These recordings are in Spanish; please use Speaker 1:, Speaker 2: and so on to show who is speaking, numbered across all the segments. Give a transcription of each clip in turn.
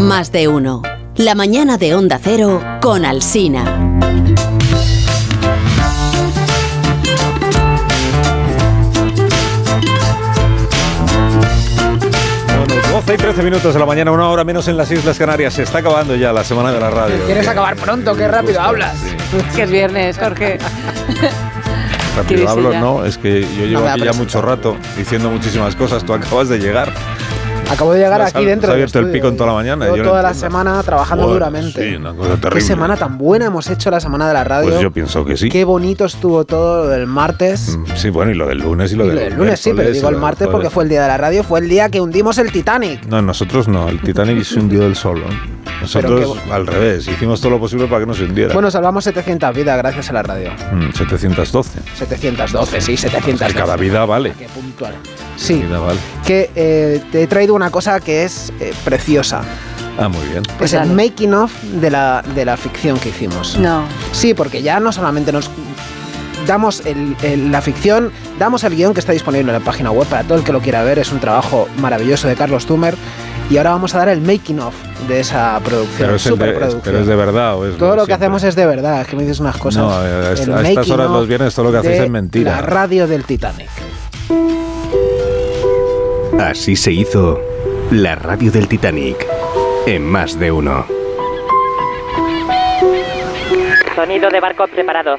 Speaker 1: más de uno. La mañana de Onda Cero con Alsina.
Speaker 2: Bueno, 12 y 13 minutos de la mañana, una hora menos en las Islas Canarias. Se está acabando ya la semana de la radio.
Speaker 3: Quieres acabar pronto, qué rápido hablas.
Speaker 4: Que es viernes, Jorge.
Speaker 2: Rápido
Speaker 4: Dice
Speaker 2: hablo,
Speaker 4: ya.
Speaker 2: no, es que yo llevo
Speaker 3: No me
Speaker 2: aquí
Speaker 3: va
Speaker 2: ya
Speaker 3: a
Speaker 2: mucho rato diciendo muchísimas cosas. Tú acabas de llegar.
Speaker 3: Acabo de llegar
Speaker 2: Has-
Speaker 3: aquí dentro.
Speaker 2: has
Speaker 3: del
Speaker 2: abierto el
Speaker 3: estudio.
Speaker 2: pico en toda la mañana,
Speaker 3: Llevo
Speaker 2: yo lo
Speaker 3: toda la
Speaker 2: entiendo.
Speaker 3: semana trabajando
Speaker 2: Joder,
Speaker 3: duramente.
Speaker 2: sí, una cosa
Speaker 3: Qué
Speaker 2: terrible.
Speaker 3: semana tan buena hemos hecho la semana de la radio.
Speaker 2: Pues yo pienso que sí. Mm,
Speaker 3: Qué bonito estuvo todo lo del martes.
Speaker 2: Sí, bueno, y lo del lunes y lo,
Speaker 3: Y
Speaker 2: del
Speaker 3: lo del lunes sí, pero
Speaker 2: miércoles,
Speaker 3: digo
Speaker 2: y
Speaker 3: el
Speaker 2: lo del
Speaker 3: martes
Speaker 2: jueves.
Speaker 3: porque fue el día de la radio, fue el día que hundimos el Titanic.
Speaker 2: No, nosotros no, el Titanic se hundió del solo. Nosotros
Speaker 3: Pero
Speaker 2: al revés, hicimos todo lo posible para que no se hundiera.
Speaker 3: Bueno, salvamos 700 vidas gracias a la radio.
Speaker 2: Mm, 712.
Speaker 3: 712, sí,
Speaker 2: O sea,
Speaker 3: 712.
Speaker 2: cada vida vale.
Speaker 3: Qué puntual.
Speaker 2: Cada
Speaker 3: Sí,
Speaker 2: vida vale.
Speaker 3: que eh, te he traído una cosa que es eh, preciosa.
Speaker 2: Ah, muy bien.
Speaker 3: Es Pues el
Speaker 4: dale.
Speaker 3: making of de la, de la ficción que hicimos.
Speaker 4: No.
Speaker 3: Sí, porque ya no solamente nos damos el- el- la ficción, damos el guión que está disponible en la página web para todo el que lo quiera ver, es un trabajo maravilloso de Carlos Tumer y ahora vamos a dar el making of de esa producción,
Speaker 2: Pero es, el de, es-
Speaker 3: superproducción.
Speaker 2: pero es de verdad. ¿o es
Speaker 3: todo lo que
Speaker 2: siempre?
Speaker 3: hacemos es de verdad, es que me dices unas cosas.
Speaker 2: No, a ver, a
Speaker 3: El
Speaker 2: esta- a estas
Speaker 3: making
Speaker 2: horas
Speaker 3: of
Speaker 2: los viernes todo lo que hacéis
Speaker 3: de
Speaker 2: es mentira.
Speaker 3: La radio del Titanic.
Speaker 5: Así se hizo la radio del Titanic en más de uno.
Speaker 6: Sonido de barco preparado.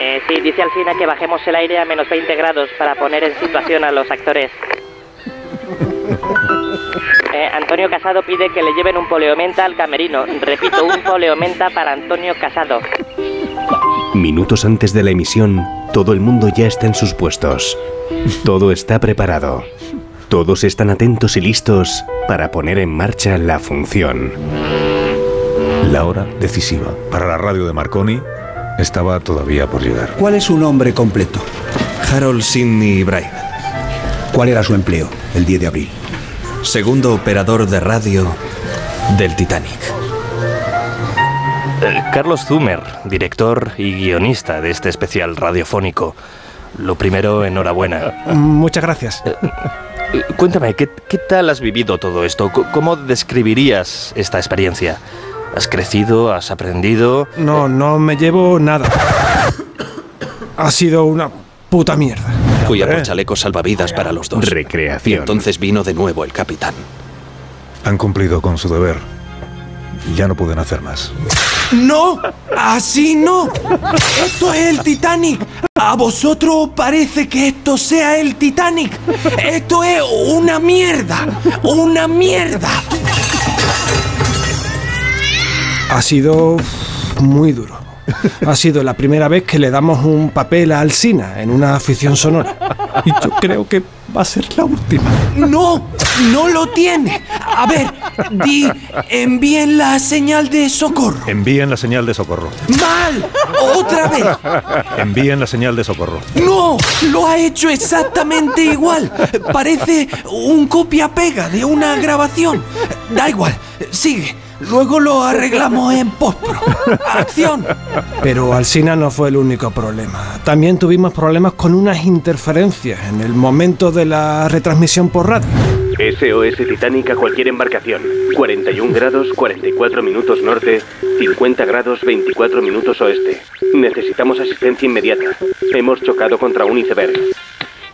Speaker 6: Eh, sí, dice Alcina que bajemos el aire a menos 20 grados para poner en situación a los actores. Eh, Antonio Casado pide que le lleven un poleomenta al camerino. Repito, un poleomenta para Antonio Casado.
Speaker 5: Minutos antes de la emisión, todo el mundo ya está en sus puestos. Todo está preparado. Todos están atentos y listos para poner en marcha la función.
Speaker 2: La hora decisiva para la radio de Marconi estaba todavía por llegar.
Speaker 7: ¿Cuál es su nombre completo?
Speaker 8: Harold Sidney Bryan,
Speaker 7: ¿Cuál era su empleo el 10 de abril?
Speaker 8: segundo operador de radio del Titanic.
Speaker 9: Eh, Carlos Zumer, director y guionista de este especial radiofónico. Lo primero, enhorabuena.
Speaker 7: Muchas gracias.
Speaker 9: Eh, Cuéntame, ¿qué, qué tal has vivido todo esto? Co- ¿Cómo describirías esta experiencia? ¿Has crecido? ¿Has aprendido?
Speaker 7: No, no me llevo nada. Ha sido una puta mierda.
Speaker 8: Fui a por chalecos salvavidas para los dos. Y
Speaker 5: Recreación.
Speaker 8: entonces vino de nuevo el capitán.
Speaker 2: Han cumplido con su deber. Ya no pueden hacer más.
Speaker 7: ¡No! ¡Así no! ¡Esto es el Titanic! ¿A vosotros os parece que esto sea el Titanic? ¡Esto es una mierda! ¡Una mierda! Ha sido muy duro. Ha sido la primera vez que le damos un papel a Alsina en una afición sonora. Y yo creo que va a ser la última. ¡No! ¡No lo tiene! A ver, di, envíen la señal de socorro.
Speaker 2: Envíen la señal de socorro.
Speaker 7: ¡Mal! ¡Otra vez!
Speaker 2: Envíen la señal de socorro.
Speaker 7: ¡No! Lo ha hecho exactamente igual. Parece un copia-pega de una grabación. Da igual, sigue. Luego lo arreglamos en postpro. ¡Acción! Pero Alsina no fue el único problema. También tuvimos problemas con unas interferencias en el momento de la retransmisión por radio.
Speaker 5: SOS Titanic a cualquier embarcación. 41 grados 44 minutos norte, 50 grados 24 minutos oeste. Necesitamos asistencia inmediata. Hemos chocado contra un iceberg.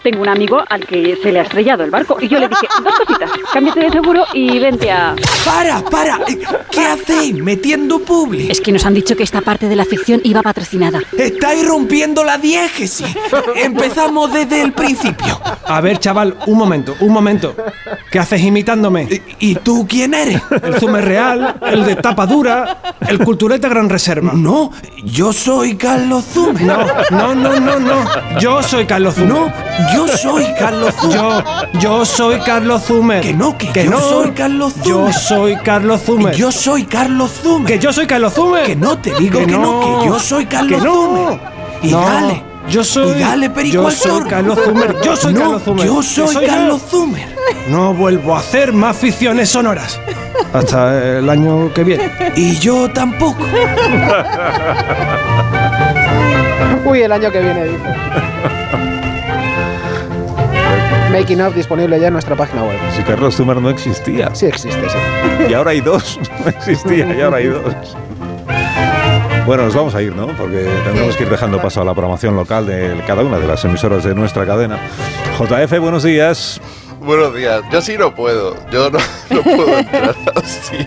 Speaker 4: Tengo un amigo al que se le ha estrellado el barco y yo le dije, dos cositas, cámbiate de seguro y vente a...
Speaker 7: ¡Para, para! ¿Qué hacéis metiendo publi?
Speaker 10: Es que nos han dicho que esta parte de la ficción iba patrocinada.
Speaker 7: Estáis rompiendo la diégesis. Empezamos desde el principio. A ver, chaval, un momento, un momento. ¿Qué haces imitándome? ¿Y, tú quién eres? El Zumer Real, el de tapa dura, el Cultureta Gran Reserva. No, yo soy Carlos Zumer. No, no, no, no, no. Yo soy Carlos Zumer. No, yo soy Carlos Zumer. Yo, yo soy Carlos Zumer. Que no, que, yo soy Carlos Zumer. Yo soy Carlos Zumer. Yo soy Carlos Zumer. Que yo soy Carlos Zumer. Que no te digo que, no, que yo soy Carlos Zumer. Y dale. Yo soy. yo soy Carlos Zumer. Yo soy Carlos Zumer. Yo soy, Carlos Zumer. No vuelvo a hacer más ficciones sonoras. Hasta el año que viene. Y yo tampoco.
Speaker 3: Uy, el año que viene dice. Making Up disponible ya en nuestra página web.
Speaker 2: Si Carlos Zumar no existía.
Speaker 3: Sí existe, sí.
Speaker 2: Y ahora hay dos. No existía, y ahora hay dos. Bueno, nos vamos a ir, ¿no? Porque tendremos que ir dejando paso a la programación local de cada una de las emisoras de nuestra cadena. JF, buenos días.
Speaker 11: Buenos días. Yo sí no puedo. Yo no, no puedo entrar así.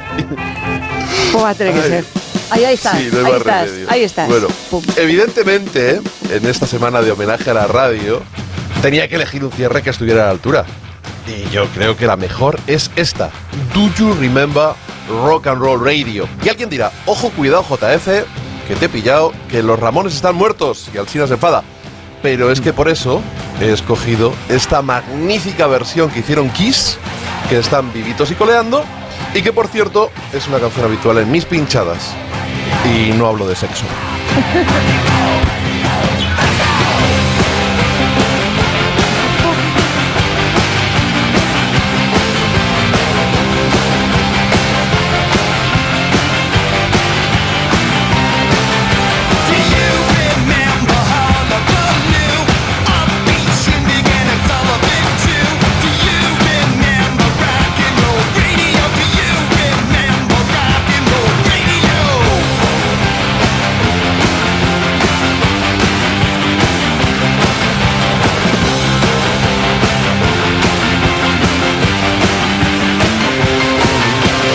Speaker 12: Pues va a tener que
Speaker 11: Ay.
Speaker 12: ser. Ahí, ahí estás.
Speaker 11: Sí, no hay
Speaker 12: ahí
Speaker 11: más
Speaker 12: estás.
Speaker 11: remedio.
Speaker 12: Ahí estás.
Speaker 11: Bueno,
Speaker 12: Pum.
Speaker 11: evidentemente, en esta semana de homenaje a la radio, tenía que elegir un cierre que estuviera a la altura. Y yo creo que la mejor es esta. Do you remember Rock and Roll Radio? Y alguien dirá, ojo, cuidado, JF, que te he pillado, que los Ramones están muertos. Y Alcina se enfada. Pero es que por eso he escogido esta magnífica versión que hicieron Kiss, que están vivitos y coleando, y que por cierto es una canción habitual en mis pinchadas. Y no hablo de sexo.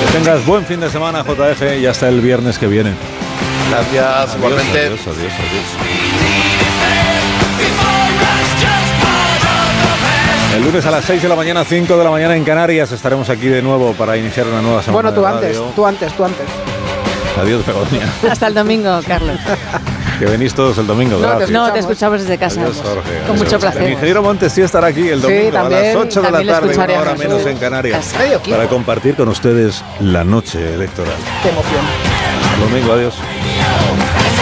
Speaker 2: Que tengas buen fin de semana, JF, y hasta el viernes que viene.
Speaker 11: Gracias, igualmente.
Speaker 2: Adiós, adiós, adiós. El lunes a las 6 de la mañana, 5 de la mañana en Canarias, estaremos aquí de nuevo para iniciar una nueva semana.
Speaker 3: Bueno, tú
Speaker 2: de
Speaker 3: antes,
Speaker 2: radio.
Speaker 3: tú antes, tú antes.
Speaker 2: Adiós, Begoña.
Speaker 12: Hasta el domingo, Carlos.
Speaker 2: Que venís todos el domingo,
Speaker 12: No,
Speaker 2: gracias.
Speaker 12: te, no, te escuchamos desde casa.
Speaker 2: Adiós, Jorge.
Speaker 12: Con mucho
Speaker 2: Adiós. El
Speaker 12: placer.
Speaker 2: ingeniero Montes sí estará aquí el
Speaker 12: Sí,
Speaker 2: domingo a las
Speaker 12: también,
Speaker 2: 8 de
Speaker 12: también lo
Speaker 2: la tarde, una
Speaker 12: escucharemos.
Speaker 2: hora menos en Canarias,
Speaker 12: Casi. Medio kilo.
Speaker 2: para compartir con ustedes la noche electoral.
Speaker 12: Qué emoción.
Speaker 2: Hasta el domingo, adiós.